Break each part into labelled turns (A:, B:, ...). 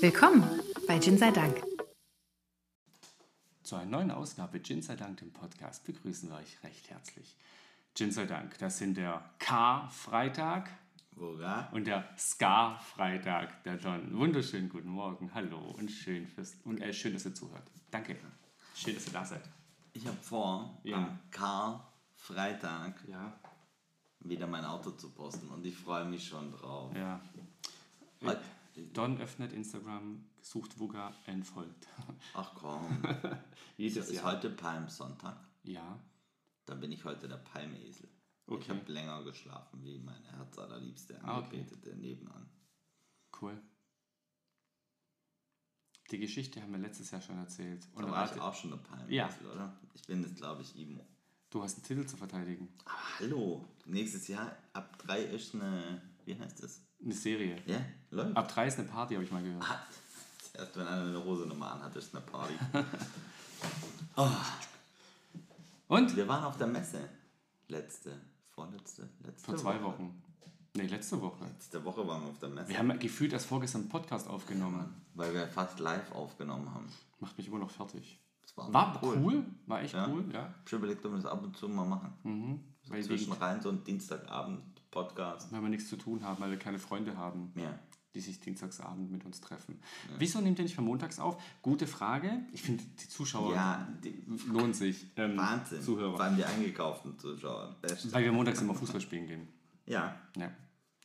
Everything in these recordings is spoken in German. A: Willkommen bei Gin sei Dank.
B: Zu einer neuen Ausgabe Gin sei Dank, dem Podcast, begrüßen wir euch recht herzlich. Gin sei Dank, das sind der K-Freitag
C: Woga?
B: und der Ska-Freitag, der John. Wunderschönen guten Morgen, hallo und schön, fürs, und, äh, schön, dass ihr zuhört. Danke, schön, dass ihr da seid.
C: Ich habe vor,
B: Ja.
C: am Karfreitag
B: Ja,
C: wieder mein Auto zu posten und ich freue mich schon drauf.
B: ja.
C: Halt-
B: Don öffnet Instagram, sucht Wuga, entfolgt.
C: Ach komm,
B: Jedes
C: ist
B: Jahr.
C: heute Palmsonntag.
B: halt- Ja,
C: Da bin ich heute der Palmesel. Ich
B: Okay.
C: habe länger geschlafen wie meine Herzallerliebste
B: Ah, okay.
C: Angebetete nebenan.
B: cool. Die Geschichte haben wir letztes Jahr schon erzählt.
C: Da
B: Und
C: war ich
B: rate,
C: auch schon eine Palmesel,
B: Ja.
C: oder? Ich bin jetzt, glaube ich, Imo.
B: du hast einen Titel zu verteidigen.
C: Aber hallo, nächstes Jahr ab drei ist eine, wie heißt das?
B: Eine Serie.
C: Ja, läuft.
B: Ab drei ist eine Party, habe ich mal gehört.
C: Erst wenn einer eine Hose nochmal anhat, ist eine Party.
B: Und?
C: Wir waren auf der Messe. Letzte, vorletzte, letzte
B: Vor zwei Wochen. Nee, letzte Woche.
C: Letzte Woche waren wir auf der Messe,
B: Wir haben gefühlt erst vorgestern einen Podcast aufgenommen.
C: weil wir fast live aufgenommen haben.
B: Macht mich immer noch fertig.
C: Das war,
B: War cool. War echt
C: Ja.
B: cool, ja.
C: Ich habe überlegt, ob wir das ab und zu mal machen. So
B: Mhm. Weil,
C: zwischen
B: wegen,
C: rein so ein Dienstagabend-Podcast.
B: weil wir nichts zu tun haben, weil wir keine Freunde haben,
C: Ja.
B: die sich dienstagsabend mit uns treffen. Wieso nehmt ihr nicht mal montags auf? Gute Frage. Ich finde, die Zuschauer
C: Ja, die,
B: lohnt sich. Ähm,
C: Wahnsinn. Vor
B: Zuhörer.
C: allem die eingekauften Zuschauer. Best.
B: Weil wir montags immer Fußball spielen gehen.
C: Ja,
B: Ja.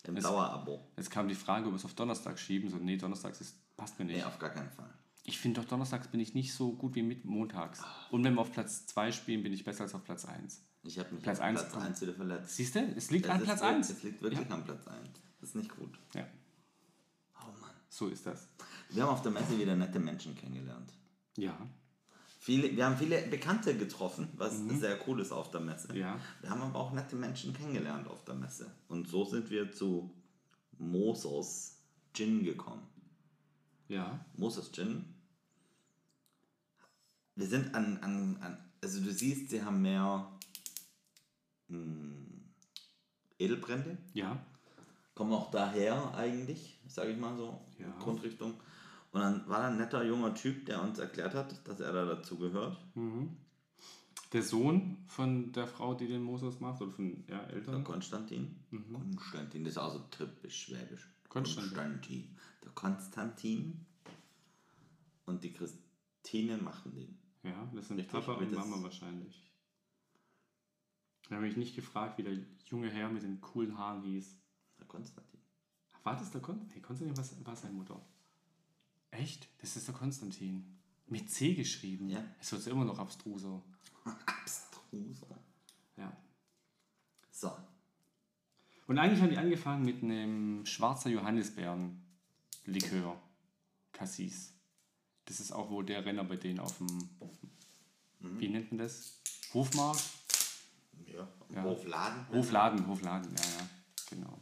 C: im
B: Es-
C: Dauerabo.
B: Jetzt kam die Frage, ob wir es auf Donnerstag schieben. So, nee, Donnerstags ist, passt mir nicht.
C: Nee, auf gar keinen Fall.
B: Ich finde doch, donnerstags bin ich nicht so gut wie mit montags. Und wenn wir auf Platz 2 spielen, bin ich besser als auf Platz 1.
C: Ich habe mich
B: Platz
C: auf
B: eins
C: Platz
B: kommt.
C: 1 wieder verletzt.
B: Siehst du, es liegt
C: Es
B: an
C: ist
B: Platz
C: wir-
B: 1.
C: Es liegt wirklich an Platz 1. Das ist nicht gut.
B: Ja,
C: Oh Mann.
B: so ist das.
C: Wir haben auf der Messe wieder nette Menschen kennengelernt.
B: Ja,
C: Viele, wir haben viele Bekannte getroffen, was sehr cool ist auf der Messe.
B: Mhm. Ja.
C: Wir haben aber auch nette Menschen kennengelernt auf der Messe. Und so sind wir zu Moses Gin gekommen.
B: ja.
C: Moses Gin. Wir sind an, an, an also du siehst, sie haben mehr mh, Edelbrände.
B: Ja,
C: Kommen auch daher eigentlich, sage ich mal so,
B: Ja.
C: Grundrichtung. Und dann war da ein netter junger Typ, der uns erklärt hat, dass er da dazugehört.
B: Mhm. der Sohn von der Frau, die den Moses macht, oder von ja,
C: Der
B: Eltern.
C: Konstantin. Konstantin, das ist also typisch schwäbisch.
B: Mhm. Konstantin.
C: Konstantin. Der Konstantin und die Christine machen den.
B: Ja, das sind
C: Richtig,
B: Papa und
C: wird das-
B: Mama wahrscheinlich. Da habe ich nicht gefragt, wie der junge Herr mit den coolen Haaren hieß.
C: Der Konstantin.
B: War das der Konstantin? Hey, Konstantin war, war seine Mutter. Echt? Das ist der Konstantin. Mit C geschrieben.
C: Ja.
B: Es wird immer noch abstruser.
C: Abstruser.
B: Ja.
C: So,
B: Und eigentlich haben die angefangen mit einem schwarzer Johannisbeeren-Likör. Cassis. Das ist auch wohl der Renner bei denen auf dem. Wie nennt man das? Hofmarkt?
C: ja, im
B: Ja.
C: Hofladen.
B: Hofladen, Hofladen, ja, ja. Genau.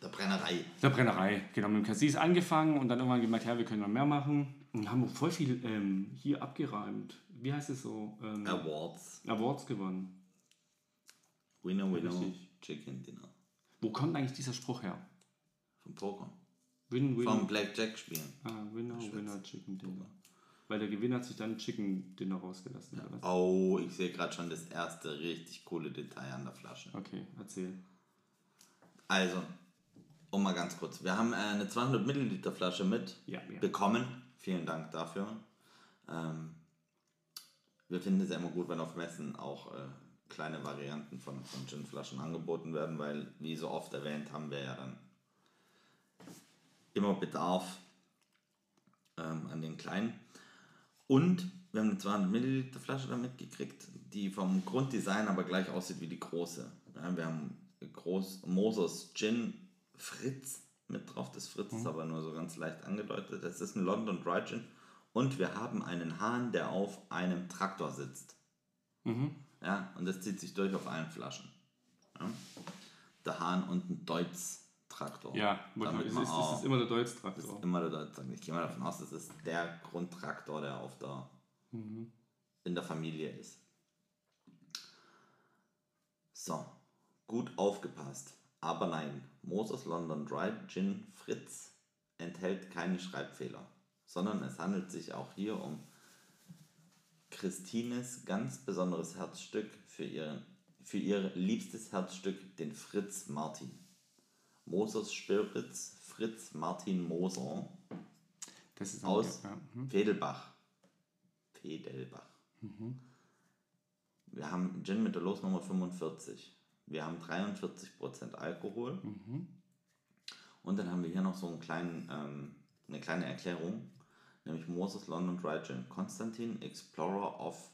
C: Der Brennerei.
B: Der Brennerei, genau, mit dem Cassis angefangen und dann irgendwann gemerkt, ja, wir können noch mehr machen. Und haben auch voll viel ähm, hier abgeräumt. Wie heißt es so? Ähm,
C: Awards.
B: Awards gewonnen.
C: Winner, winner,
B: Richtig.
C: chicken dinner.
B: Wo kommt eigentlich dieser Spruch her?
C: Vom Poker.
B: Win, win,
C: Vom Blackjack spielen.
B: Ah, Winner, Winner, Chicken Dinner. Weil der Gewinner hat sich dann Chicken Dinner rausgelassen, oder was?
C: Oh, ich sehe gerade schon das erste richtig coole Detail an der Flasche.
B: Okay, erzähl.
C: Also, um mal ganz kurz. Wir haben äh, eine 200 Milliliter Flasche mit
B: Ja, ja.
C: bekommen. Vielen Dank dafür. Ähm, wir finden es ja immer gut, wenn auf Messen auch äh, kleine Varianten von, von Ginflaschen angeboten werden, weil, wie so oft erwähnt, haben wir ja dann immer Bedarf ähm, an den kleinen. Und wir haben eine 200 Milliliter Flasche damit gekriegt, die vom Grunddesign aber gleich aussieht wie die große. Ja, wir haben groß Moses Gin Fritz mit drauf. Das Fritz
B: Mhm.
C: ist aber nur so ganz leicht angedeutet. Das ist ein London Dry Gin. Und wir haben einen Hahn, der auf einem Traktor sitzt.
B: Mhm.
C: Ja, und das zieht sich durch auf allen Flaschen. Ja. Der Hahn und ein Deutz-Traktor.
B: Ja, wollte mal-
C: Damit
B: es
C: man
B: ist, es
C: auch-
B: ist immer der deutsch
C: das ist
B: traktor
C: immer der Deutschland. Ich gehe mal davon aus, das ist der Grundtraktor, der auf der in der Familie ist. So, gut aufgepasst. Aber nein, Moses London Dry Gin Fritz enthält keine Schreibfehler, sondern es handelt sich auch hier um Christines ganz besonderes Herzstück für, ihren, für ihr liebstes Herzstück, den Fritz Martin. Mosers Spiritz, Fritz Martin Moser
B: Das ist
C: aus
B: ja, mhm.
C: Fedelbach. Fedelbach. Wir haben Gin mit der Losnummer 45. Wir haben 43% Alkohol. Und dann haben wir hier noch so einen kleinen, ähm, eine kleine Erklärung, nämlich Moses London Dry Gin. Konstantin, Explorer of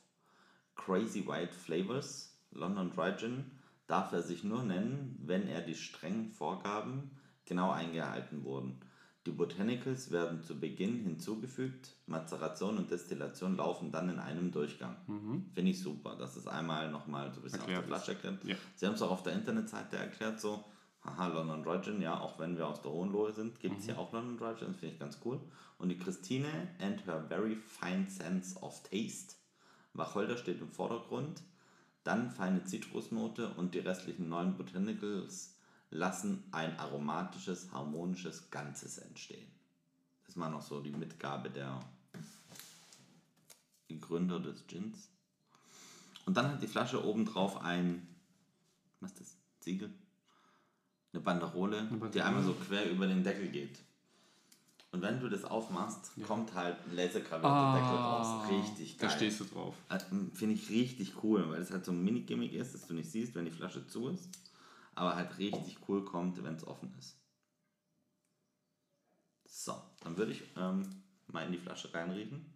C: Crazy White Flavors, London Dry Gin, darf er sich nur nennen, wenn er die strengen Vorgaben genau eingehalten wurden. Die Botanicals werden zu Beginn hinzugefügt, Mazeration und Destillation laufen dann in einem Durchgang.
B: Mhm.
C: Finde ich super, dass es einmal nochmal so ein bisschen auf
B: Erklärt
C: der Flasche erklärt.
B: Ja.
C: Sie haben es auch auf der Internetseite erklärt, so, haha, London Dry Gin, ja, auch wenn wir aus der Hohenlohe sind, gibt es hier auch London Dry Gin, das finde ich ganz cool. Und die Christine and her very fine sense of taste. Wacholder steht im Vordergrund, dann feine Zitrusnote und die restlichen neun Botanicals lassen ein aromatisches, harmonisches Ganzes entstehen. Das ist mal noch so die Mitgabe der Gründer des Gins. Und dann hat die Flasche obendrauf ein, was ist das, Siegel? Eine Banderole, die
B: Banderole.
C: einmal so quer über den Deckel geht. Und wenn du das aufmachst, kommt halt ein lasergravierter Deckel raus. Richtig geil.
B: Ah, Da stehst du drauf.
C: Äh, Finde ich richtig cool, weil es halt so ein Mini-Gimmick ist, dass du nicht siehst, wenn die Flasche zu ist. Aber halt richtig cool kommt, wenn es offen ist. So, dann würde ich ähm, mal in die Flasche reinriechen.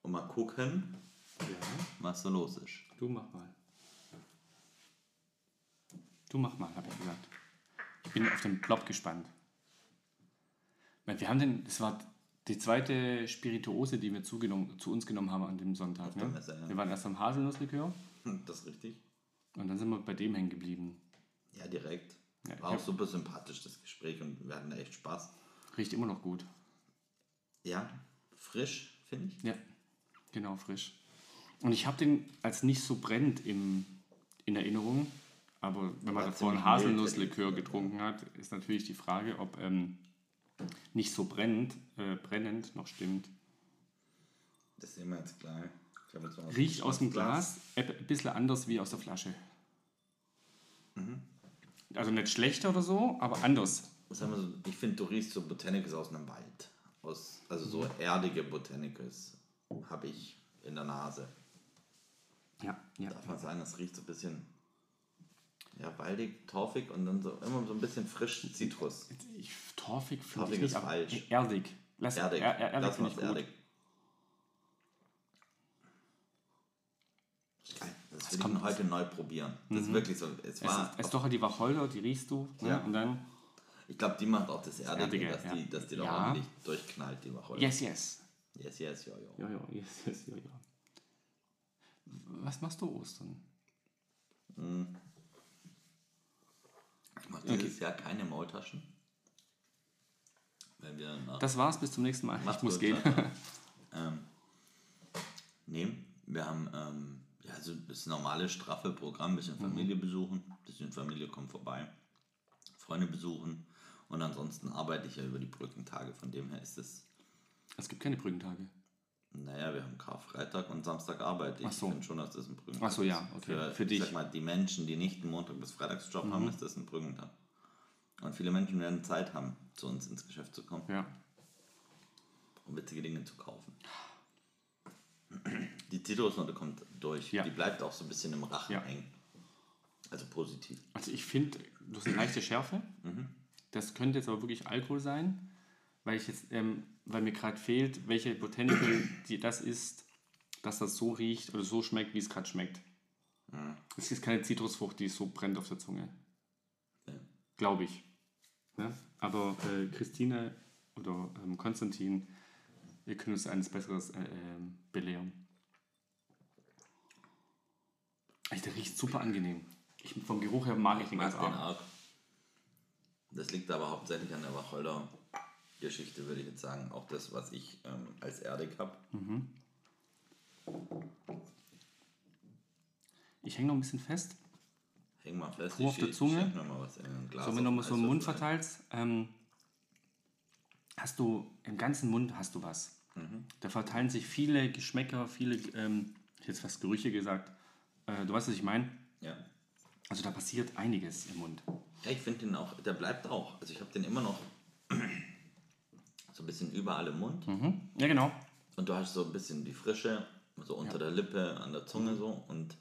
C: Und mal gucken, was so los ist.
B: Du mach mal. Du mach mal, habe ich gesagt. Ich bin auf den Plop gespannt. Weil Wir haben den, das war die zweite Spirituose, die wir zugenommen, zu uns genommen haben an dem Sonntag.
C: der
B: Ne?
C: Messe, ja.
B: Wir waren erst am Haselnusslikör
C: Hm, Das ist richtig.
B: und dann sind wir bei dem hängen geblieben.
C: Ja, direkt.
B: Ja, ich
C: War auch
B: hab-
C: super sympathisch, das Gespräch. Und wir hatten da echt Spaß.
B: Riecht immer noch gut.
C: Ja, frisch, finde ich.
B: Ja, genau, frisch. Und ich habe den als nicht so brennend im, in Erinnerung. Aber wenn man
C: war
B: davor einen
C: ziemlich mild,
B: Haselnusslikör
C: hätte ich gesagt,
B: getrunken hat, ist natürlich die Frage, ob ähm, nicht so brennend, äh, brennend noch stimmt.
C: Das sehen wir jetzt klar. Ich glaub, jetzt machen wir-
B: Riecht aus dem Glas äh, ein bisschen anders wie aus der Flasche.
C: Mhm.
B: Also nicht schlechter oder so, aber anders.
C: Sagen wir so, ich finde, du riechst so Botanicals aus einem Wald. Aus, also
B: Mhm.
C: so erdige Botanicals habe ich in der Nase.
B: Ja, ja.
C: Darf man sagen, das riecht so ein bisschen ja, waldig, torfig und dann so immer so ein bisschen frisch Zitrus.
B: Ich, torfig finde
C: Torfig
B: ich
C: ist
B: nicht, aber
C: falsch.
B: erdig. Lass,
C: Erdig.
B: Er, er, erdig
C: das
B: finde ich
C: macht
B: gut.
C: erdig. Geil. Das will ich
B: kommt- Mhm.
C: mir heute neu probieren. Das ist wirklich so. Es
B: Es,
C: war,
B: ist, es ist doch halt die Wacholder, die riechst du. Ne?
C: Ja.
B: Und dann
C: ich glaube, die macht auch das Erdige,
B: Erdige,
C: dass,
B: ja.
C: die, dass die da
B: Ja.
C: ordentlich durchknallt, die Wacholder.
B: Yes, yes.
C: yes, yes, ja, ja.
B: Ja, ja, yes, yes, ja, ja. Was machst du Ostern?
C: Ich mache dieses Jahr keine Maultaschen. Weil wir nach
B: Das war's, bis zum nächsten Mal.
C: Macht
B: ich muss
C: gut,
B: gehen.
C: ciao, ähm, nehmen. Wir haben ähm, ja, so das normale straffe Programm,
B: Mhm.
C: bisschen Familie besuchen, bisschen Familie kommt vorbei, Freunde besuchen und ansonsten arbeite ich ja über die Brückentage. Von dem her ist es,
B: es gibt keine Brückentage.
C: naja, wir haben Karfreitag und Samstag arbeite ich.
B: Ach so.
C: Ich finde schon, dass das ein Brückentag
B: Ach so, ja, okay.
C: Für,
B: Für
C: ich
B: dich. Mhm.
C: Sag mal, die Menschen, die nicht einen Montag bis Freitagsjob haben, ist das ein Brückentag. Und viele Menschen werden Zeit haben, zu uns ins Geschäft zu kommen.
B: Ja.
C: um witzige Dinge zu kaufen. Die Zitrusnote kommt durch.
B: Ja.
C: Die bleibt auch so ein bisschen im Rachen
B: Ja.
C: hängen. Also positiv.
B: Also ich finde, du hast eine leichte Schärfe. Das könnte jetzt aber wirklich Alkohol sein, weil ich jetzt, ähm, weil mir gerade fehlt, welche Botanical die das ist, dass das so riecht oder so schmeckt, wie es gerade schmeckt. Es ist keine Zitrusfrucht, die so brennt auf der Zunge.
C: Ja.
B: Glaube ich. Ne? Aber äh, Christine oder ähm, Konstantin, ihr könnt uns eines Besseres äh, ähm, belehren. Echt, der riecht super angenehm. Ich, vom Geruch her mag ich den ganz
C: Mag den
B: arg.
C: arg. Das liegt aber hauptsächlich an der Wacholder-Geschichte, würde ich jetzt sagen. Auch das, was ich ähm, als erdig habe.
B: Ich hänge noch ein bisschen fest.
C: Häng mal fest.
B: Pur auf der Zunge.
C: mir mal was in ein Glas.
B: So,
C: auf
B: wenn du
C: den
B: mal so im Mund
C: Eiswürfel ein.
B: verteilst, ähm, hast du im ganzen Mund hast du was.
C: Mhm.
B: Da verteilen sich viele Geschmäcker, viele, ähm, ich hätte jetzt fast Gerüche gesagt. Äh, du weißt, was ich meine?
C: Ja.
B: Also da passiert einiges im Mund.
C: Ja, ich finde den auch, der bleibt auch. Also ich habe den immer noch so ein bisschen überall im Mund.
B: Mhm. Ja, genau.
C: Und du hast so ein bisschen die Frische, so unter der Lippe, an der
B: Mhm.
C: Zunge so. Und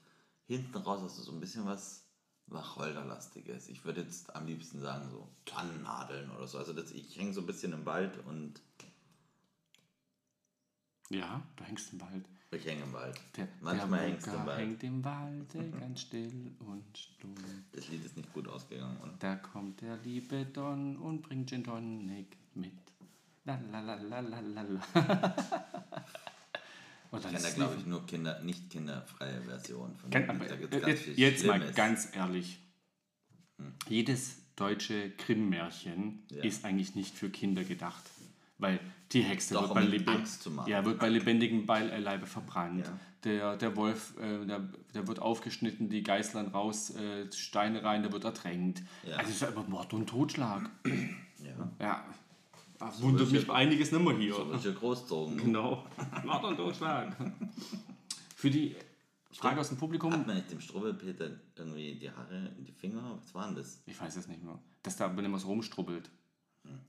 C: hinten raus hast du so ein bisschen was Wacholderlastiges. Ich würde jetzt am liebsten sagen so Tannennadeln oder so. Also das, ich hänge so ein bisschen im Wald und
B: Ja, da hängst du im Wald.
C: ich hänge im Wald.
B: Der,
C: Manchmal
B: der
C: hängst du im
B: Mocker
C: Wald.
B: hängt im Walde ganz still und stumm.
C: Das Lied ist nicht gut ausgegangen. Und
B: Da kommt der liebe Don und bringt Gin Tonic mit. La la la la la la la. Und dann
C: ich kenne da,
B: ist
C: glaube ich, nur Kinder, nicht kinderfreie Version von
B: Kann,
C: dem
B: aber,
C: Lied. Da gibt's
B: äh,
C: ganz
B: jetzt
C: viel
B: jetzt mal
C: Schlimmes. Hm.
B: ganz ehrlich. Jedes deutsche Grimm-Märchen
C: Ja.
B: ist eigentlich nicht für Kinder gedacht. Weil die Hexe
C: Doch,
B: wird,
C: um
B: bei
C: ihnen
B: lebe-
C: Angst zu machen.
B: ja, wird bei lebendigem Beil äh, Leibe verbrannt.
C: Ja.
B: Der, der Wolf, äh, der, der wird aufgeschnitten, die Geißlern raus, äh, Steine rein, der wird ertränkt.
C: Ja.
B: Also es ist ja immer Mord und Totschlag.
C: Ja.
B: Ja. Das wundert mich einiges nicht mehr hier.
C: So welche Großzogen.
B: Genau. Mord und Totschlag. Für die Frage aus dem Publikum,
C: Hat man nicht dem Strubbelpeter irgendwie die Haare in die Finger? Was war denn das?
B: ich weiß es nicht mehr, dass da wenn immer so rumstrubbelt.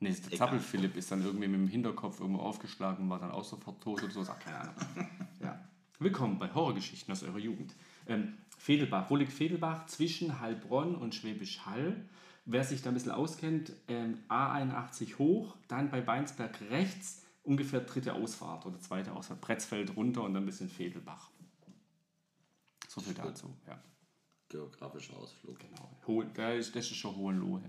B: Nee, das ist der
C: Egal.
B: Zappel-Philipp ist dann irgendwie mit dem Hinterkopf irgendwo aufgeschlagen und war dann auch sofort tot oder so. Sag, keine Ahnung. ja. Willkommen bei Horrorgeschichten aus eurer Jugend. Ähm, Fedelbach. Wo liegt Fedelbach? Zwischen Heilbronn und Schwäbisch Hall. Wer sich da ein bisschen auskennt, ähm, A81 hoch, dann bei Weinsberg rechts, ungefähr dritte Ausfahrt oder zweite Ausfahrt. Pretzfeld runter und dann ein bisschen Fedelbach. So viel dazu, ja.
C: Geografischer Ausflug.
B: Genau. Hohen, da ist, das ist schon Hohenlohe.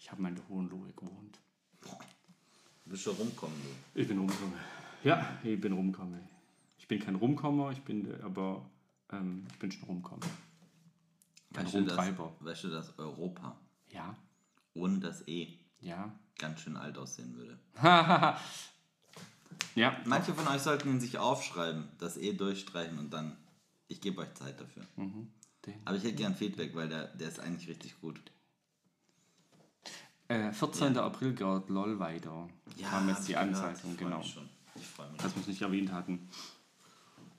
B: Ich habe mal in der Hohenlohe gewohnt.
C: Du bist schon rumkommen, du.
B: Ich bin Rumkomme. Ja, ich bin Rumkomme. Ich bin kein Rumkommer, ich bin äh, aber ähm, ich bin schon Rumkommer. Kein
C: Weißt du das-
B: Rumtreiber.
C: Weißt du, dass Europa
B: Ja,
C: ohne das E
B: ja.
C: ganz schön alt aussehen würde?
B: Ja,
C: Manche von euch sollten ihn sich aufschreiben, das E durchstreichen und dann. Ich gebe euch Zeit dafür.
B: Mhm. den.
C: Aber ich hätte gern Feedback, weil der, der ist eigentlich richtig gut.
B: Äh, 14. April geht LOL weiter. Ja, kam
C: hab
B: jetzt die
C: ich gehört.
B: Anzeigung,
C: ich freu
B: genau.
C: Mich schon. Ich freue mich.
B: Dass wir es nicht erwähnt hatten.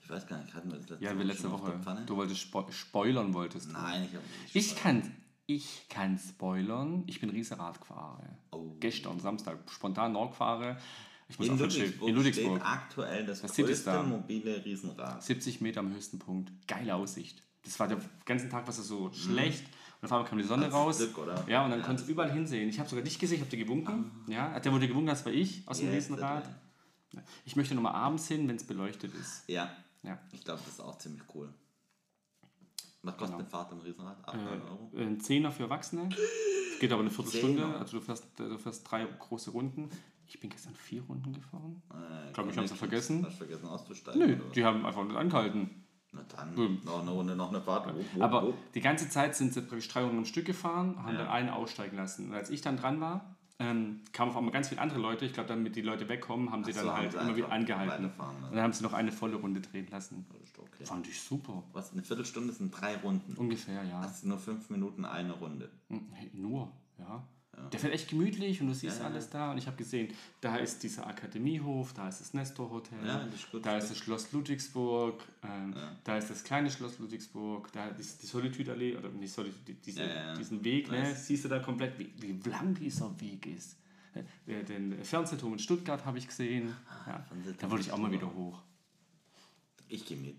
C: Ich weiß gar nicht, hatten wir das letzte
B: Ja, wir letzte
C: schon auf
B: Woche.
C: der Pfanne?
B: Du wolltest spo spoilern, wolltest du.
C: Nein, ich habe
B: Ich kann, ich kann spoilern. Ich bin riese Radfahrer.
C: Oh.
B: Gestern, Samstag, spontan Nordfahrer. Ich muss
C: In
B: auch Ludwigsburg.
C: Ludwigsburg,
B: In
C: steht
B: Ludwigsburg.
C: aktuell das,
B: Das sieht es da.
C: größte mobile Riesenrad.
B: 70 Meter am höchsten Punkt. Geile Aussicht. Das war der ganzen Tag, was so schlecht. Und auf einmal kam die Sonne
C: Hat's
B: raus.
C: Glück, Mhm. oder?
B: Ja, und dann
C: Ja, Ah.
B: konntest du überall hinsehen. Ich habe sogar dich gesehen, ich habe dir gewunken. Ja, der wurde gewunken, das war ich aus dem
C: Yes,
B: Riesenrad.
C: das
B: Ich möchte nochmal abends hin, wenn es beleuchtet ist.
C: Ja,
B: Ja.
C: ich glaube, das ist auch ziemlich cool. Was
B: Genau.
C: kostet eine Fahrt im Riesenrad?
B: Äh,
C: Ab 9 Euro? Äh,
B: Ein Zehner für Erwachsene. Geht aber eine Viertelstunde.
C: Genau. Zehner.
B: Also du fährst, du fährst drei große Runden. Ich bin gestern vier Runden gefahren.
C: Äh,
B: glaub, ich hab's
C: Connections.
B: vergessen.
C: Hast du vergessen auszusteigen?
B: Nö,
C: oder was?
B: die haben einfach nicht angehalten.
C: Na dann, noch eine Runde, noch eine Fahrt. Wupp, wupp,
B: Aber
C: wupp.
B: die ganze Zeit sind sie praktisch drei Runden am Stück gefahren, haben dann einen aussteigen lassen. Und als ich dann dran war, ähm, kamen auf einmal ganz viele andere Leute. Ich glaube, damit die Leute wegkommen, haben sie
C: Ach
B: dann
C: so, haben
B: halt
C: sie
B: immer
C: einfach
B: wieder angehalten.
C: weiterfahren ne? lassen.
B: Und dann haben sie noch eine volle Runde drehen lassen.
C: Das ist okay.
B: Fand ich super.
C: Was, eine Viertelstunde sind drei Runden.
B: Ungefähr, ja.
C: Hast du nur fünf Minuten eine Runde.
B: Hey, Nur, ja. Der fährt echt gemütlich und du siehst
C: Ja, ja,
B: alles da. Und ich habe gesehen, da ist dieser Akademiehof, da ist das Nestor-Hotel,
C: Ja, das ist gut.
B: da ist das Schloss Ludwigsburg, ähm, da ist das kleine Schloss Ludwigsburg, da ist die Solitude-Allee, oder nicht Solitude, die- diese,
C: Ja, ja.
B: diesen Weg, ne,
C: Weiß.
B: siehst du da komplett, wie, wie lang dieser Weg ist. Äh, Den Fernsehturm in Stuttgart habe ich gesehen. Ja,
C: Ah, Fernsehturm
B: da wollte ich auch mal wieder
C: Stuttgart.
B: hoch.
C: Ich gehe mit.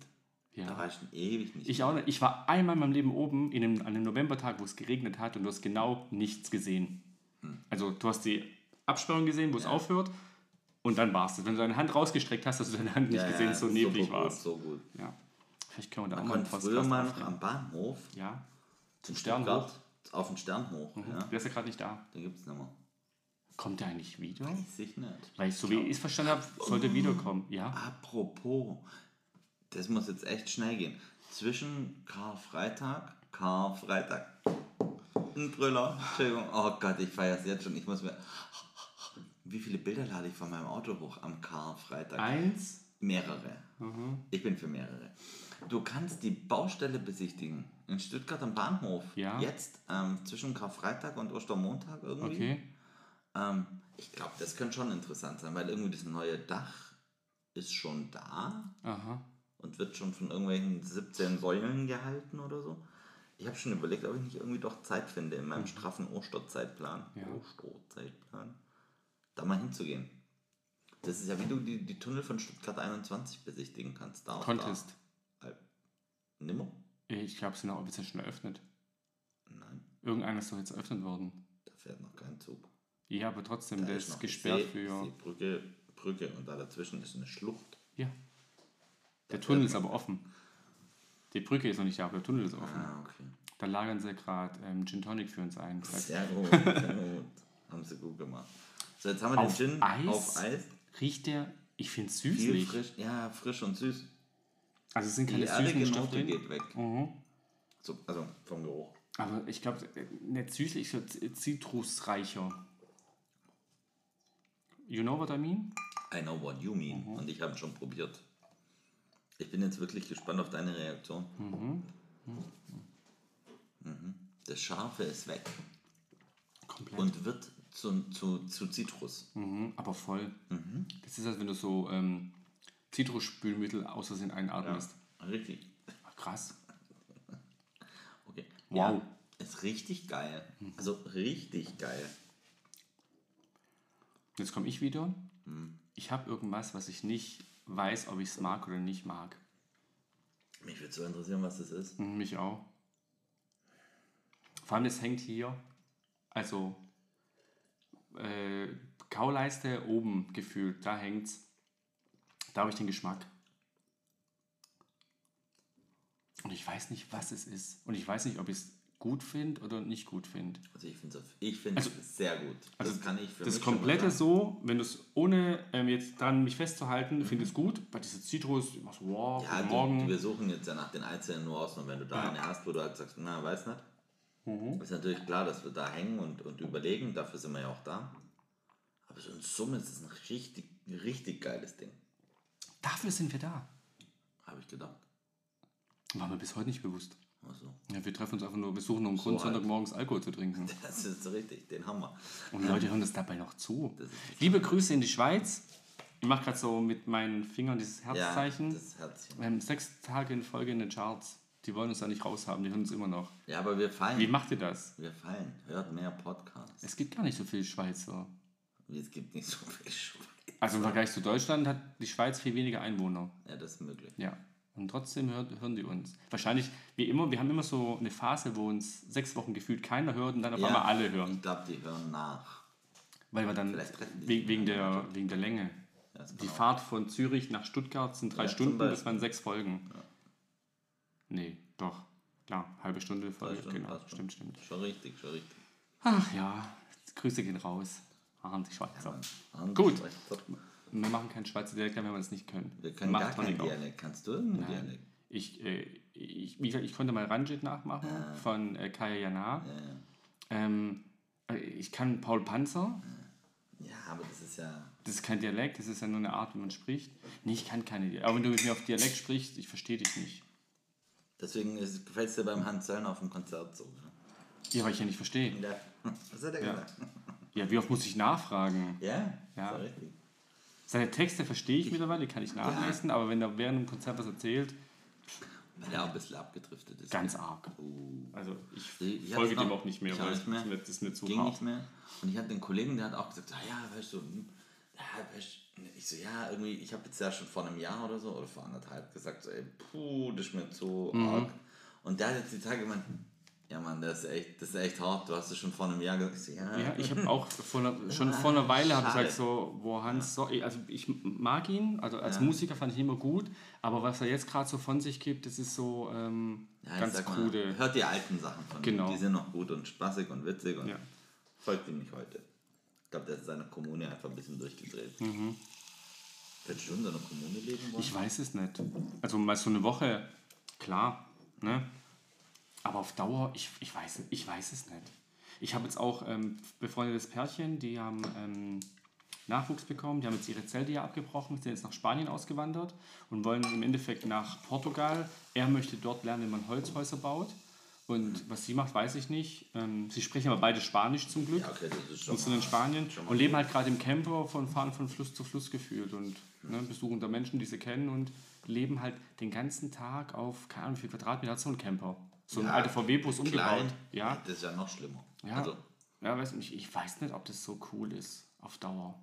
B: Ja.
C: Da war ich schon ewig nicht.
B: Ich auch nicht. Ich war einmal in meinem Leben oben in einem, an einem Novembertag, wo es geregnet hat und du hast genau nichts gesehen.
C: Hm.
B: Also du hast die Absperrung gesehen, wo es aufhört und dann war es das. Wenn du deine Hand rausgestreckt hast, hast du deine Hand nicht
C: Ja, ja,
B: gesehen, so neblig
C: gut,
B: war es.
C: Äh, So gut.
B: Ja. Vielleicht können wir da auch
C: Man
B: mal einen
C: konnte früher
B: Podcast
C: mal noch
B: aufnehmen.
C: am Bahnhof
B: Ja,
C: zum
B: Stern
C: Stuttgart auf den Stern hoch. Ja,
B: der ist Mhm. ja gerade nicht da.
C: den gibt es nicht mehr.
B: Kommt der eigentlich wieder?
C: Weiß ich Oh. Ah, nicht.
B: Weil ich so wie ich es verstanden habe, sollte er wiederkommen. Ja,
C: Apropos, das muss jetzt echt schnell gehen. Zwischen Karfreitag, Karfreitag, ein Brüller, Entschuldigung, oh Gott, ich feiere es jetzt schon. Ich muss mir. Wie viele Bilder lade ich von meinem Auto hoch am Karfreitag?
B: eins. Mhm.
C: Mehrere. Ich bin für mehrere. Du kannst die Baustelle besichtigen in Stuttgart am Bahnhof.
B: Ja.
C: Jetzt ähm, zwischen Karfreitag und Ostermontag irgendwie.
B: Okay.
C: Ähm, ich glaube, das könnte schon interessant sein, weil irgendwie das neue Dach ist schon da
B: Aha.
C: und wird schon von irgendwelchen 17 Säulen gehalten oder so. Ich habe schon überlegt, ob ich nicht irgendwie doch Zeit finde in meinem straffen Osterzeitplan.
B: Mhm. Ja.
C: Osterzeitplan. Da mal hinzugehen. Das ist ja, wie du die, die Tunnel von Stuttgart 21 besichtigen kannst. Da und
B: Contest.
C: Da. Al- Nimmer?
B: Ich glaube, es sind auch ein bisschen schon eröffnet.
C: Nein,
B: Irgendeiner ist doch jetzt eröffnet worden.
C: da fährt noch kein Zug.
B: Ja, aber trotzdem,
C: Da
B: der
C: ist
B: ist
C: noch
B: gesperrt
C: die See,
B: für.
C: Seebrücke, Brücke und da dazwischen ist eine Schlucht.
B: Ja. Der Tunnel ist aber offen. Die Brücke ist noch nicht da, aber der Tunnel ist offen.
C: Ah, okay.
B: Da lagern sie gerade ähm, Gin Tonic für uns ein.
C: Sehr gut, sehr gut. Haben sie gut gemacht. So, jetzt haben wir
B: Auf
C: den Gin
B: Eis?
C: auf Eis.
B: Riecht der, ich finde es
C: Viel
B: süßlich.
C: frisch, ja, frisch und süß.
B: Also es sind
C: Die genau
B: keine süßen
C: erdige
B: Stoffe
C: Note
B: drin.
C: geht weg.
B: Mhm.
C: So, also vom Geruch.
B: Aber ich glaube, nicht süßlich, so z- zitrusreicher. You know what I mean?
C: I know what you mean.
B: Mhm.
C: Und ich habe schon probiert. Ich bin jetzt wirklich gespannt auf deine Reaktion. Mhm.
B: Mhm.
C: Das Scharfe ist weg
B: Komplett.
C: und wird zu, zu, zu Zitrus.
B: Mhm, aber voll.
C: Mhm.
B: Das ist, als wenn du so ähm, Zitrusspülmittel aus Versehen einatmest.
C: Richtig.
B: Krass.
C: Okay.
B: Wow. Mhm.
C: Ja, ist richtig geil. Also richtig geil.
B: Jetzt komme ich wieder. Ich habe irgendwas, was ich nicht weiß, ob ich es mag oder nicht mag.
C: Mich würde so interessieren, was das ist.
B: Mhm, Mich auch. Vor allem, das hängt hier, also äh, Kauleiste oben gefühlt, da hängt's. Da habe ich den Geschmack. Und ich weiß nicht, was es ist. Und ich weiß nicht, ob ich es gut finde oder nicht gut finde.
C: Also ich finde es ich find's sehr gut. Das
B: Also
C: kann ich für
B: Das
C: mich schon mal
B: komplette
C: sagen.
B: so, wenn du es ohne ähm, jetzt dran mich festzuhalten, finde ich es gut. Bei dieser Zitrus, du machst wow,
C: Mhm. Ja,
B: guten
C: du, du,
B: Morgen.
C: wir suchen jetzt ja nach den einzelnen Nuancen und wenn du da eine hast, wo du halt sagst, na, weiß nicht,
B: Mhm.
C: ist natürlich klar, dass wir da hängen und, und überlegen, dafür sind wir ja auch da. Aber so in Summe ist es ein richtig, richtig geiles Ding,
B: Dafür sind wir da.
C: habe ich gedacht.
B: War mir bis heute nicht bewusst.
C: Also,
B: Ja, wir treffen uns einfach nur, wir suchen nur einen Grund,
C: halt.
B: Sonntagmorgens Alkohol zu trinken.
C: das ist richtig, den haben wir.
B: Und Leute hören das dabei noch zu.
C: Das ist-
B: Liebe Grüße in die Schweiz. Ich mache gerade so mit meinen Fingern dieses
C: Ja,
B: Herzzeichen.
C: das Herzchen.
B: wir haben sechs Tage in Folge in den Charts. Die wollen uns da nicht raushaben, die hören uns immer noch.
C: Ja, aber wir
B: Wie
C: fallen.
B: macht ihr das?
C: Wir fallen. Hört mehr Podcasts.
B: Es gibt gar nicht so viele Schweizer.
C: Es gibt nicht so viel Schwein.
B: Also im Vergleich zu Deutschland hat die Schweiz viel weniger Einwohner.
C: Ja, das ist möglich.
B: Ja. Und trotzdem hört, hören die uns. Wahrscheinlich, wie immer, wir haben immer so eine Phase, wo uns sechs Wochen gefühlt keiner hört und dann auf
C: Ja.
B: einmal alle hören.
C: Ich glaube, die hören nach.
B: Weil wir dann
C: Vielleicht treffen die
B: wegen,
C: sich
B: wegen, der, wegen der Länge.
C: Ja, das
B: Die
C: kann auch-
B: Fahrt von Zürich nach Stuttgart sind drei
C: Ja, zum
B: Stunden, das
C: Beispiel.
B: waren sechs Folgen. Nee, doch. Klar, halbe Stunde Folge.
C: Stunden,
B: genau,
C: passt schon.
B: stimmt, stimmt.
C: Schon richtig, schon richtig.
B: Ach ja, Grüße gehen raus. Ahn die Schweizer.
C: Und
B: Gut.
C: vielleicht so-
B: wir machen keinen Schweizer Dialekt, wenn wir das nicht können.
C: Wir können
B: Macht
C: gar
B: man
C: keinen
B: nicht auch.
C: Dialekt. Kannst du irgendeinen Dialekt?
B: Ich, äh, ich, wie gesagt, ich konnte mal Ranjit nachmachen von äh, Kaya Jana.
C: Ja, ja.
B: Ähm, äh, ich kann Paul Panzer.
C: ja, aber das ist ja.
B: Das ist kein Dialekt, das ist ja nur eine Art, wie man spricht. Nee, ich kann keine Dialekt. Aber wenn du mit mir auf Dialekt sprichst, ich verstehe dich nicht.
C: Deswegen ist- gefällt es dir beim Hans Söllner auf dem Konzert so. Ne?
B: Ja, weil ich ja nicht verstehe.
C: Ja. Was hat er gesagt?
B: Ja, wie oft muss ich nachfragen?
C: Ja?
B: Ja.
C: So richtig.
B: Seine Texte verstehe ich mittlerweile, die kann ich nachlesen, aber wenn er während dem Konzert was erzählt,
C: Weil er auch ein bisschen abgedriftet ist. ne?
B: ganz arg.
C: Uh.
B: Also ich
C: Ich- ich
B: folge
C: hab's
B: dem
C: noch-
B: auch nicht mehr,
C: genau. ich auch
B: weil
C: nicht mehr.
B: es mir- das ist mir zu
C: ging
B: hart.
C: nicht mehr. Und ich hatte einen Kollegen, der hat auch gesagt, ah ja, weißt du, hm, ja, weißt du, hm, ich so, ja, irgendwie, ich habe jetzt ja schon vor einem Jahr oder so oder vor anderthalb gesagt, so, ey, puh, das ist mir zu
B: Mhm.
C: arg. Und der hat jetzt die Tage gemeint, ja Mann, das ist echt, das ist echt hart, du hast es schon vor einem Jahr gesagt. Ich so, ja, Ah,
B: Ja, ich habe auch vor einer, schon vor einer Weile habe ich
C: Schade.
B: gesagt so, boah Hans, so, also ich mag ihn, also als Musiker fand ich ihn immer gut, aber was er jetzt gerade so von sich gibt, das ist so ähm,
C: ja, ich
B: ganz
C: sag mal,
B: krude.
C: Hört die alten Sachen von
B: Genau.
C: ihm, die sind noch gut und spaßig und witzig und
B: Ja.
C: folgt ihm nicht heute. Ich glaube, der ist in seiner Kommune einfach ein bisschen durchgedreht. Mhm. Würdest du in so einer Kommune leben wollen?
B: Ich weiß es nicht. Also mal so eine Woche, klar, ne? Aber auf Dauer, ich, ich, weiß, ich weiß es nicht. Ich habe jetzt auch ähm, befreundetes Pärchen, die haben ähm, Nachwuchs bekommen, die haben jetzt ihre Zelte ja abgebrochen, sind jetzt nach Spanien ausgewandert und wollen im Endeffekt nach Portugal. Er möchte dort lernen, wie man Holzhäuser baut Und was sie macht, weiß ich nicht. Ähm, sie sprechen aber beide Spanisch zum Glück.
C: Ja, okay, das ist schon
B: und sind
C: mal-
B: in Spanien
C: schon mal
B: und leben halt gerade im Camper von fahren von Fluss zu Fluss gefühlt und ne, besuchen da Menschen, die sie kennen und leben halt den ganzen Tag auf keine Ahnung, wie viel Quadratmeter hat so ein Camper. So ein
C: Ja,
B: alter VW-Bus
C: klein.
B: umgebaut. Ja,
C: Das ist ja noch schlimmer.
B: ja.
C: Also,
B: ja weiß nicht, ich weiß nicht, ob das so cool ist auf Dauer.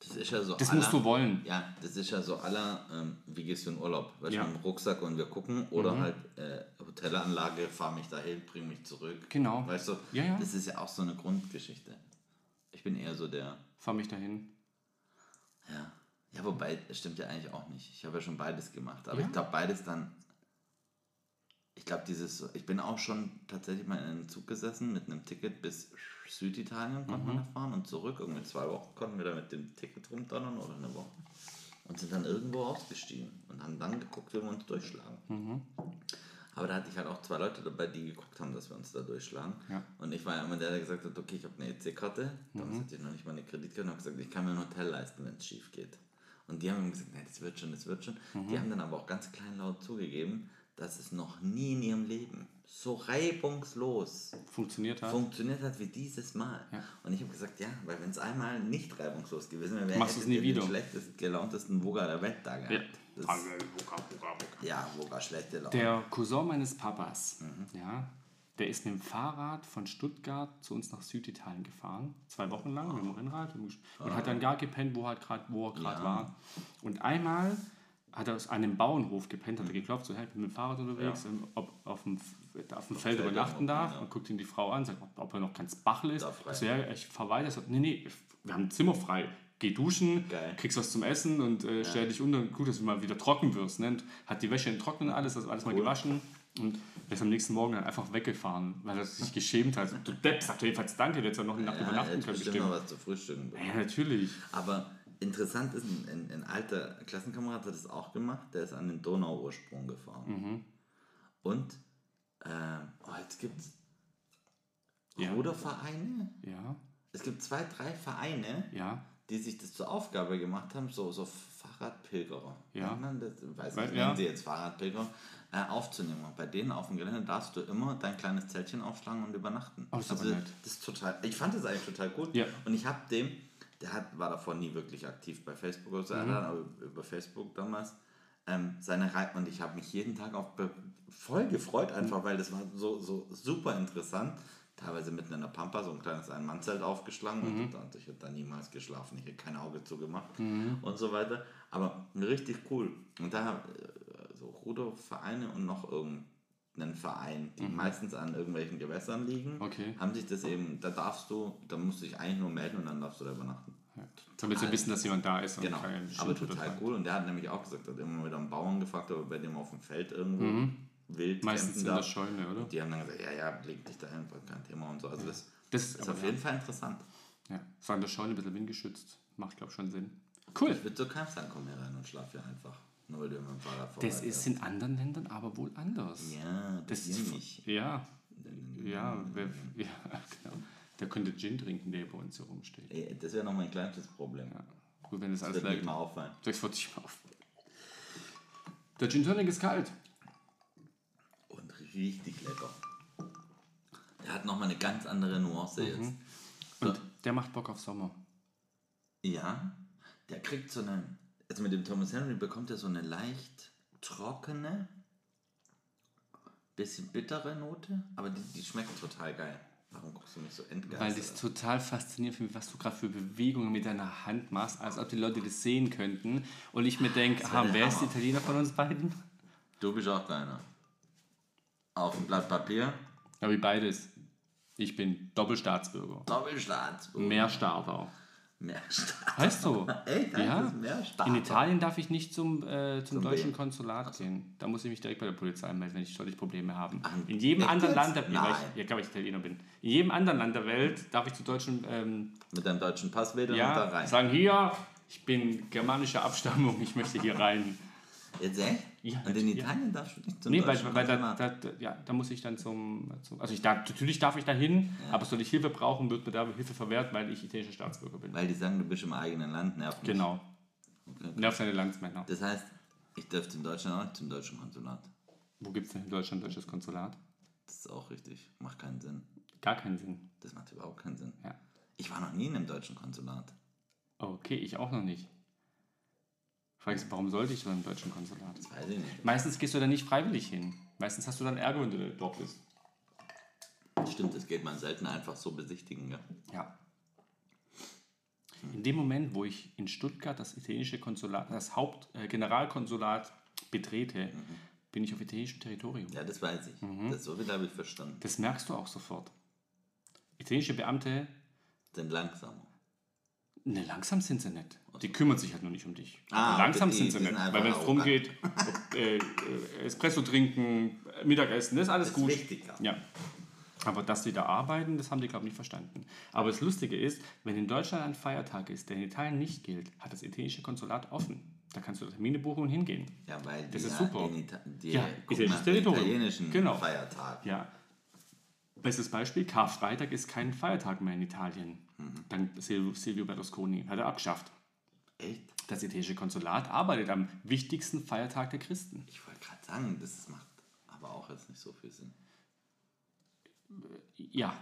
C: das ist ja so
B: Das
C: à la-
B: musst du wollen.
C: Ja, das ist ja so aller, ähm, wie gehst du in Urlaub? Weißt
B: Ja. Mhm.
C: du, mit dem Rucksack und wir gucken oder halt äh, Hotelanlage, fahr mich dahin, bring mich zurück.
B: Genau.
C: Weißt du,
B: Ja, ja.
C: das ist ja auch so eine Grundgeschichte. Ich bin eher so der,
B: Fahr mich dahin.
C: ja. Ja, wobei, das stimmt ja eigentlich auch nicht. Ich habe ja schon beides gemacht. Aber
B: Ja.
C: ich glaube, beides dann. Ich glaube, dieses. Ich bin auch schon tatsächlich mal in einem Zug gesessen mit einem Ticket bis Süditalien konnte man da fahren und zurück. Irgendwie zwei Wochen konnten wir da mit dem Ticket rumdonnern oder eine Woche. Und sind dann irgendwo ausgestiegen und haben dann geguckt, wie wir uns durchschlagen. Aber da hatte ich halt auch zwei Leute dabei, die geguckt haben, dass wir uns da durchschlagen.
B: Ja. Mhm.
C: Und ich war ja immer der, der gesagt hat, okay, ich habe eine EC-Karte. Damals hatte ich noch nicht mal eine Kreditkarte und habe gesagt, ich kann mir ein Hotel leisten, wenn es schief geht. Und die haben immer gesagt, nee, das wird schon, das wird schon.
B: Mhm.
C: Die haben dann aber auch ganz kleinlaut zugegeben, dass es noch nie in ihrem Leben so reibungslos
B: Funktioniert halt.
C: funktioniert hat wie dieses Mal.
B: Ja.
C: Und ich habe gesagt, ja, weil wenn es einmal nicht reibungslos gewesen wäre, wäre
B: Machst
C: hättet
B: es nie
C: ihr
B: wieder.
C: den schlechtesten gelauntesten Wuga der Welt da gehabt.
B: Ja.
C: Das, ja, Wuga, schlechte Laune.
B: Der Cousin meines Papas,
C: Mhm.
B: ja, der ist mit dem Fahrrad von Stuttgart zu uns nach Süditalien gefahren, zwei Wochen lang
C: Ah.
B: mit dem Rennrad und hat dann gar gepennt, wo, halt grad, wo er gerade war. Und einmal hat er an einem Bauernhof gepennt,
C: Mhm.
B: hat er geklopft, so, hey, ich bin mit dem Fahrrad unterwegs, ähm, ob auf dem, F- auf dem Feld
C: Feld
B: übernachten
C: irgendwo,
B: darf.
C: ja.
B: Und guckt ihn die Frau an, sagt, ob, ob er noch ganz Bachel ist.
C: Darf rein.
B: Ich so, ja, ich fahr weiter. Ich So, nee, nee, wir haben ein Zimmer frei. Geh duschen,
C: Geil.
B: kriegst was zum Essen und äh, stell dich unter. Gut, dass du mal wieder trocken wirst. Ne? Und hat die Wäsche in Trocknen alles, das alles mal gewaschen und ist am nächsten Morgen dann einfach weggefahren, weil er sich geschämt hat. Du Depp, sagt er jedenfalls Danke, der hätte ja noch eine Nacht
C: ja, er
B: übernachten
C: hätte
B: können.
C: bestimmt noch
B: Bestimmt.
C: was zu frühstücken. bekommen.
B: Ja, natürlich.
C: Aber interessant ist, ein, ein, ein alter Klassenkamerad hat das auch gemacht, der ist an den Donauursprung gefahren.
B: Mhm.
C: Und ähm, oh, jetzt gibt es
B: Ja.
C: Rudervereine.
B: Ja,
C: Es gibt zwei, drei Vereine,
B: ja.
C: die sich das zur Aufgabe gemacht haben, so, so Fahrradpilgerer.
B: Ja.
C: Nennt Man das, weiß
B: Weil-
C: nicht,
B: ja.
C: nennen sie jetzt Fahrradpilgerer, äh, aufzunehmen. Und bei denen auf dem Gelände darfst du immer dein kleines Zeltchen aufschlagen und übernachten.
B: Oh,
C: Also,
B: das ist aber nett.
C: das ist total. Ich fand das eigentlich total gut.
B: Ja.
C: Und ich habe dem, der hat, war davor nie wirklich aktiv bei Facebook oder so,
B: Mhm.
C: er hat aber über Facebook damals ähm, seine Reise. Und ich habe mich jeden Tag auf be- voll gefreut, einfach weil das war so, so super interessant. Teilweise mitten in der Pampa so ein kleines Ein-Mann-Zelt aufgeschlagen und dann, ich hätte da niemals geschlafen, ich hätte kein Auge zugemacht und so weiter. Aber richtig cool. Und da äh, so Rudervereine und noch irgendeinen Verein, die meistens an irgendwelchen Gewässern liegen,
B: Okay.
C: haben sich das eben, da darfst du, da musst du dich eigentlich nur melden und dann darfst du da übernachten.
B: Damit sie wissen, dass jemand da ist. und
C: Genau,
B: kein
C: aber
B: Schimpf oder
C: total
B: so.
C: cool. Und der hat nämlich auch gesagt, er hat immer wieder einen Bauern gefragt, ob er bei dem auf dem Feld irgendwo wild
B: Mhm. Meistens
C: campen
B: in der
C: darf.
B: Scheune, oder?
C: Die haben dann gesagt, ja, ja, leg dich dahin, kein Thema und so. Also das,
B: Das ist
C: ist
B: aber
C: auf jeden Fall interessant.
B: Ja, ist an der Scheune ein bisschen windgeschützt. Macht, glaube ich, schon Sinn. Cool.
C: Ich würde zu keinem sagen, komm hier rein und schlaf hier einfach. Nur weil du immer im Fahrrad
B: Das
C: vorbeifährst.
B: ist in anderen Ländern aber wohl anders.
C: Ja,
B: das
C: bei dir
B: ist
C: nicht.
B: Ja. Ja, wer, ja, genau. Der könnte Gin trinken, der bei uns hier rumsteht.
C: Ey, Das wäre noch mein kleinstes Problem.
B: Ja. Gut, wenn das
C: Das
B: alles
C: wird
B: leer
C: nicht
B: gibt.
C: mal auffallen.
B: 46 Mal auf. Der Gin Tonic ist kalt.
C: Und richtig lecker. Er hat nochmal eine ganz andere Nuance
B: Mhm.
C: jetzt.
B: Und der macht Bock auf Sommer.
C: Ja, der kriegt so eine. Also mit dem Thomas Henry bekommt er so eine leicht trockene, bisschen bittere Note, aber die, die schmeckt total geil. Warum guckst du mich so
B: Weil das
C: entgeistert? an?
B: total faszinierend für mich, was du gerade für Bewegungen mit deiner Hand machst, als ob die Leute das sehen könnten. Und ich mir denke,
C: wär
B: ah,
C: der
B: wer ist
C: Hammer.
B: Italiener von uns beiden?
C: Du bist auch deiner. Auf dem Blatt Papier.
B: Ja, wie beides. Ich bin Doppelstaatsbürger.
C: Doppelstaatsbürger.
B: Mehrstaater.
C: oh, Mehr Staat.
B: Heißt so.
C: Echt? Heißt
B: Ja.
C: das mehr Staat?
B: In Italien darf ich nicht zum, äh, zum,
C: Zum
B: deutschen
C: Wählen.
B: Konsulat gehen. Da muss ich mich direkt bei der Polizei anmelden, wenn ich solche Probleme habe.
C: Ach,
B: In jedem
C: echt
B: anderen
C: jetzt?
B: Land, der,
C: Nein.
B: ja, weil ich, ja, klar, weil ich Italiener bin. In jedem anderen Land der Welt darf ich zu deutschen, ähm,
C: Mit deinem deutschen Pass wedeln und da
B: ja,
C: rein.
B: sagen hier, ich bin germanischer Abstammung, ich möchte hier rein.
C: Jetzt echt?
B: Ja,
C: und in
B: ja.
C: Italien darfst du nicht zum
B: Nee, weil,
C: deutschen
B: weil da,
C: Konsulat.
B: da, da, ja, da muss ich dann zum, zum also ich darf, natürlich darf ich da hin, aber soll ich Hilfe brauchen, wird mir da Hilfe verwehrt, weil ich italienischer Staatsbürger bin.
C: Weil die sagen, du bist im eigenen Land, nervt mich.
B: Genau. Nerv seine Landsmänner.
C: Das heißt, ich dürfte in Deutschland auch nicht zum deutschen Konsulat.
B: Wo gibt es denn in Deutschland ein deutsches Konsulat?
C: Das ist auch richtig. Macht keinen Sinn.
B: Gar keinen Sinn.
C: Das macht überhaupt keinen Sinn.
B: Ja.
C: Ich war noch nie in einem deutschen Konsulat.
B: Okay, ich auch noch nicht. Fragst du, warum sollte ich dann im deutschen Konsulat?
C: Das weiß ich nicht.
B: Meistens gehst du dann nicht freiwillig hin. Meistens hast du dann Ärger, wenn du dort bist.
C: Stimmt, das geht man selten einfach so besichtigen. Ja.
B: Ja. In dem Moment, wo ich in Stuttgart das italienische Konsulat, das Haupt, äh, Generalkonsulat betrete, bin ich auf italienischem Territorium.
C: Ja, das weiß ich.
B: Mhm.
C: Das, so viel habe ich verstanden.
B: Das merkst du auch sofort. Italienische Beamte,
C: Sind langsamer.
B: ne, langsam sind sie nicht. Die kümmern sich halt nur nicht um dich.
C: Ah,
B: langsam
C: die-
B: sind sie
C: die
B: nicht.
C: sind einfach
B: Weil wenn es darum
C: arrogant.
B: geht, ob, äh, äh, Espresso trinken, äh, Mittagessen, das ist alles
C: Das ist
B: gut.
C: wichtiger.
B: Ja. Aber dass die da arbeiten, das haben die, glaube ich, nicht verstanden. Aber das Lustige ist, wenn in Deutschland ein Feiertag ist, der in Italien nicht gilt, hat das italienische Konsulat offen. Da kannst du Termine buchen und hingehen.
C: Ja, weil die
B: Das ist
C: ja
B: super.
C: In Ita die
B: Ja,
C: guck
B: italienisches
C: mal, den
B: Territorium.
C: italienischen
B: Genau.
C: Feiertag.
B: Ja. Bestes Beispiel, Karfreitag ist kein Feiertag mehr in Italien.
C: Mhm.
B: Dank Sil- Silvio Berlusconi hat er abgeschafft.
C: Echt?
B: Das italienische Konsulat arbeitet am wichtigsten Feiertag der Christen.
C: Ich wollte gerade sagen, das macht aber auch jetzt nicht so viel Sinn.
B: Ja,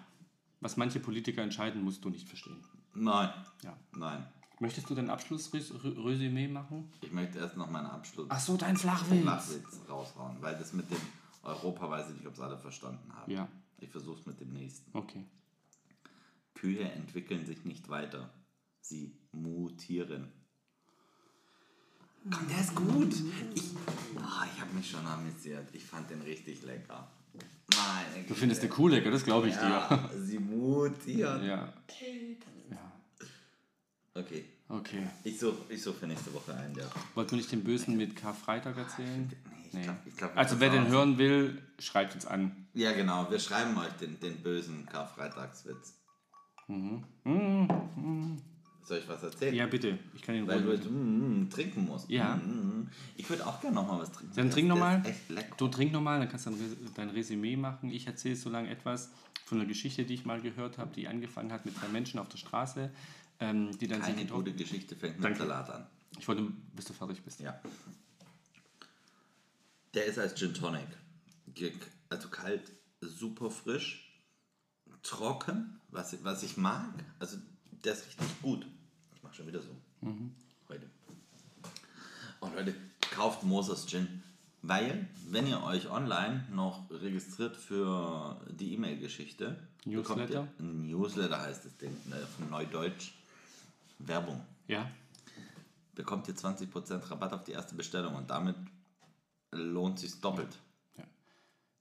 B: was manche Politiker entscheiden, musst du nicht verstehen.
C: Nein,
B: Ja.
C: nein.
B: Möchtest du dein Abschlussresümee machen?
C: Ich möchte erst noch meinen Abschluss
B: Ach so, dein Flachwitz.
C: Flachwitz raushauen, weil das mit dem Europa weiß ich nicht, ob es alle verstanden haben.
B: Ja.
C: Ich versuche es mit dem nächsten.
B: Okay.
C: Kühe entwickeln sich nicht weiter. Sie mutieren. Komm, der ist gut. Ich, Ah, ich habe mich schon amüsiert. Ich fand den richtig lecker. Meine
B: Du findest eine Kuh lecker, das glaube ich
C: Ja, sie mutieren.
B: dir. Ja. ja.
C: Okay,
B: Okay.
C: ich suche ich such für nächste Woche einen, der.
B: Wollten wir nicht den Bösen mit Karfreitag erzählen?
C: Nee, ich glaub- ich glaub,
B: also
C: das
B: wer den
C: war's.
B: hören will, schreibt uns an.
C: Ja, genau. Wir schreiben euch den, den bösen Karfreitagswitz. Soll ich was erzählen?
B: Mhm. Ja, bitte. Ich kann ihn
C: Weil du
B: rufen.
C: jetzt mm, mm, trinken musst.
B: Ja.
C: Mm, mm. Ich würde auch gerne nochmal was trinken.
B: Dann
C: Das-
B: trink noch
C: das
B: mal.
C: ist Echt lecker.
B: Du trink nochmal, dann kannst du dein, Res- dein Resümee machen. Ich erzähle so lange etwas von einer Geschichte, die ich mal gehört habe, die angefangen hat mit zwei Menschen auf der Straße, ähm, die dann
C: Keine
B: sich getroffen
C: gute Geschichte fängt mit
B: Danke.
C: Salat an.
B: Ich wollte, bis du fertig bist.
C: Ja. Der ist als Gin Tonic. ge- Also kalt, super frisch, trocken, was, was ich mag. Also der ist richtig gut. Ich mache schon wieder so. Heute. Und Leute, kauft Moses Gin. Weil, wenn ihr euch online noch registriert für die E-Mail-Geschichte, bekommt ihr-
B: Newsletter?
C: Newsletter heißt das Ding, ne, von Neudeutsch. Werbung
B: Ja?
C: bekommt ihr 20% Rabatt auf die erste Bestellung und damit lohnt sich doppelt.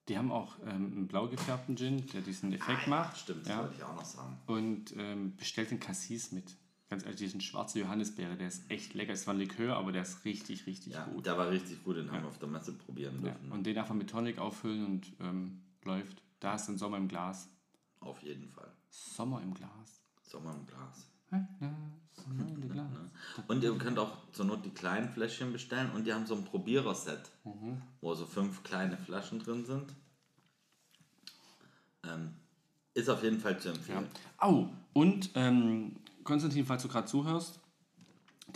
B: Die haben auch ähm, einen blau gefärbten Gin, der diesen Effekt macht.
C: Ah, Stimmt, das
B: Ja.
C: wollte ich auch noch sagen.
B: Und ähm, bestellt den Cassis mit. Ganz ehrlich, diesen schwarzen Johannisbeere, der ist echt lecker. Es war ein Likör, aber der ist richtig, richtig
C: Ja, Mhm.
B: gut.
C: der war richtig gut, den haben wir auf der Messe probieren
B: Ja.
C: dürfen.
B: Und den einfach mit Tonic auffüllen und ähm, läuft. Da ist ein Sommer im Glas.
C: Auf jeden Fall.
B: Sommer im Glas.
C: Sommer im Glas.
B: Sommer im Glas.
C: Und ihr könnt auch zur Not die kleinen Fläschchen bestellen und die haben so ein Probiererset,
B: Mhm.
C: wo so fünf kleine Flaschen drin sind. Ähm, ist auf jeden Fall zu
B: Ja.
C: empfehlen.
B: Au, und ähm, Konstantin, falls du gerade zuhörst,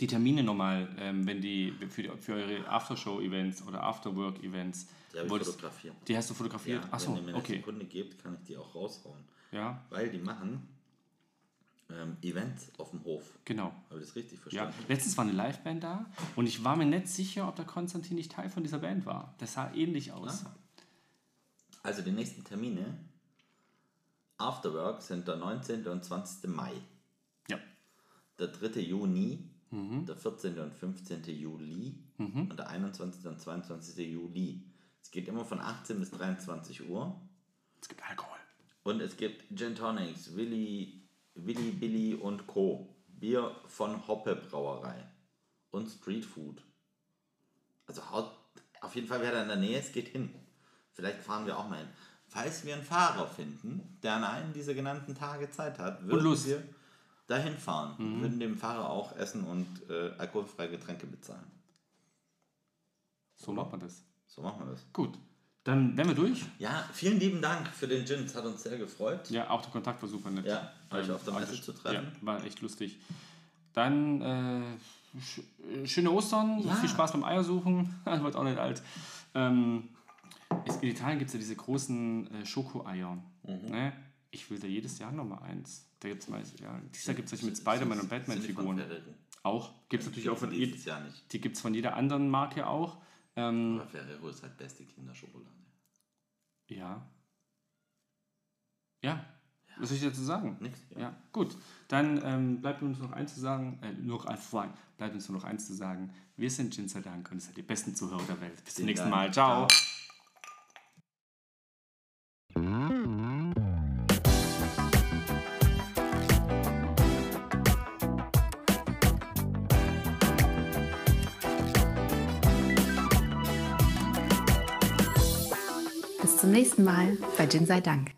B: die Termine nochmal, ähm, wenn die für, die für eure Aftershow-Events oder Afterwork-Events.
C: Die habe ich
B: wolltest-
C: fotografiert.
B: Die hast du fotografiert?
C: Ja,
B: Achso,
C: wenn ihr mir eine
B: okay.
C: Sekunde gebt, kann ich die auch raushauen.
B: Ja,
C: Weil die machen ähm, Events auf dem Hof.
B: genau.
C: Habe ich das richtig
B: Ja.
C: verstanden?
B: Letztens war eine Liveband da und ich war mir nicht sicher, ob der Konstantin nicht Teil von dieser Band war. Das sah ähnlich aus.
C: Ah. Also die nächsten Termine Afterwork sind der 19. und 20. Mai,
B: Ja.
C: der 3. Juni, der 14. und 15. Juli und der 21. und 22. Juli. Es geht immer von 18 bis 23 Uhr
B: Es gibt Alkohol.
C: und es gibt Gin Tonics, Willy, Willy Billy und Co. Bier von Hoppe Brauerei und Street Food. Also haut, auf jeden Fall, wer da in der Nähe ist, geht hin. Vielleicht fahren wir auch mal hin. Falls wir einen Fahrer finden, der an einem dieser genannten Tage Zeit hat, würden
B: Lust. Mhm.
C: wir dahin fahren. und Würden dem Fahrer auch Essen und äh, alkoholfreie Getränke bezahlen.
B: So macht man das.
C: So machen wir das.
B: Gut. Dann wären wir durch.
C: Ja, vielen lieben Dank für den Gin. Es hat uns sehr gefreut.
B: Ja, auch der Kontakt war super nett.
C: Ja, euch auf der Messe
B: also,
C: zu treffen.
B: Ja, war echt lustig. Dann äh, sch äh, schöne Ostern, viel Spaß beim Eiersuchen. Ich wird auch nicht alt. Ähm, es, in Italien gibt es ja diese großen äh, Schokoeier.
C: Mhm.
B: Ne? Ich will da jedes Jahr nochmal eins. Da gibt's mal, ja, dieses Jahr gibt es welche mit Spider-Man und Batman-Figuren. Auch. Gibt es natürlich auch von E- jed-
C: jedes Jahr nicht.
B: Die gibt es von jeder anderen Marke auch. Ähm,
C: Aber Ferrero ist halt beste Kinderschokolade.
B: ja. Ja. Was soll ich dazu sagen?
C: Nix? Ja.
B: Ja, gut. Dann ähm, bleibt uns noch eins zu sagen, äh, noch eins zu sagen, bleibt uns nur noch eins zu sagen. Wir sind Jinzer Dank und ihr seid die besten Zuhörer der Welt. Bis zum
C: Vielen
B: nächsten
C: Dank.
B: Mal. Ciao.
A: Bis zum nächsten Mal bei Gin sei Dank.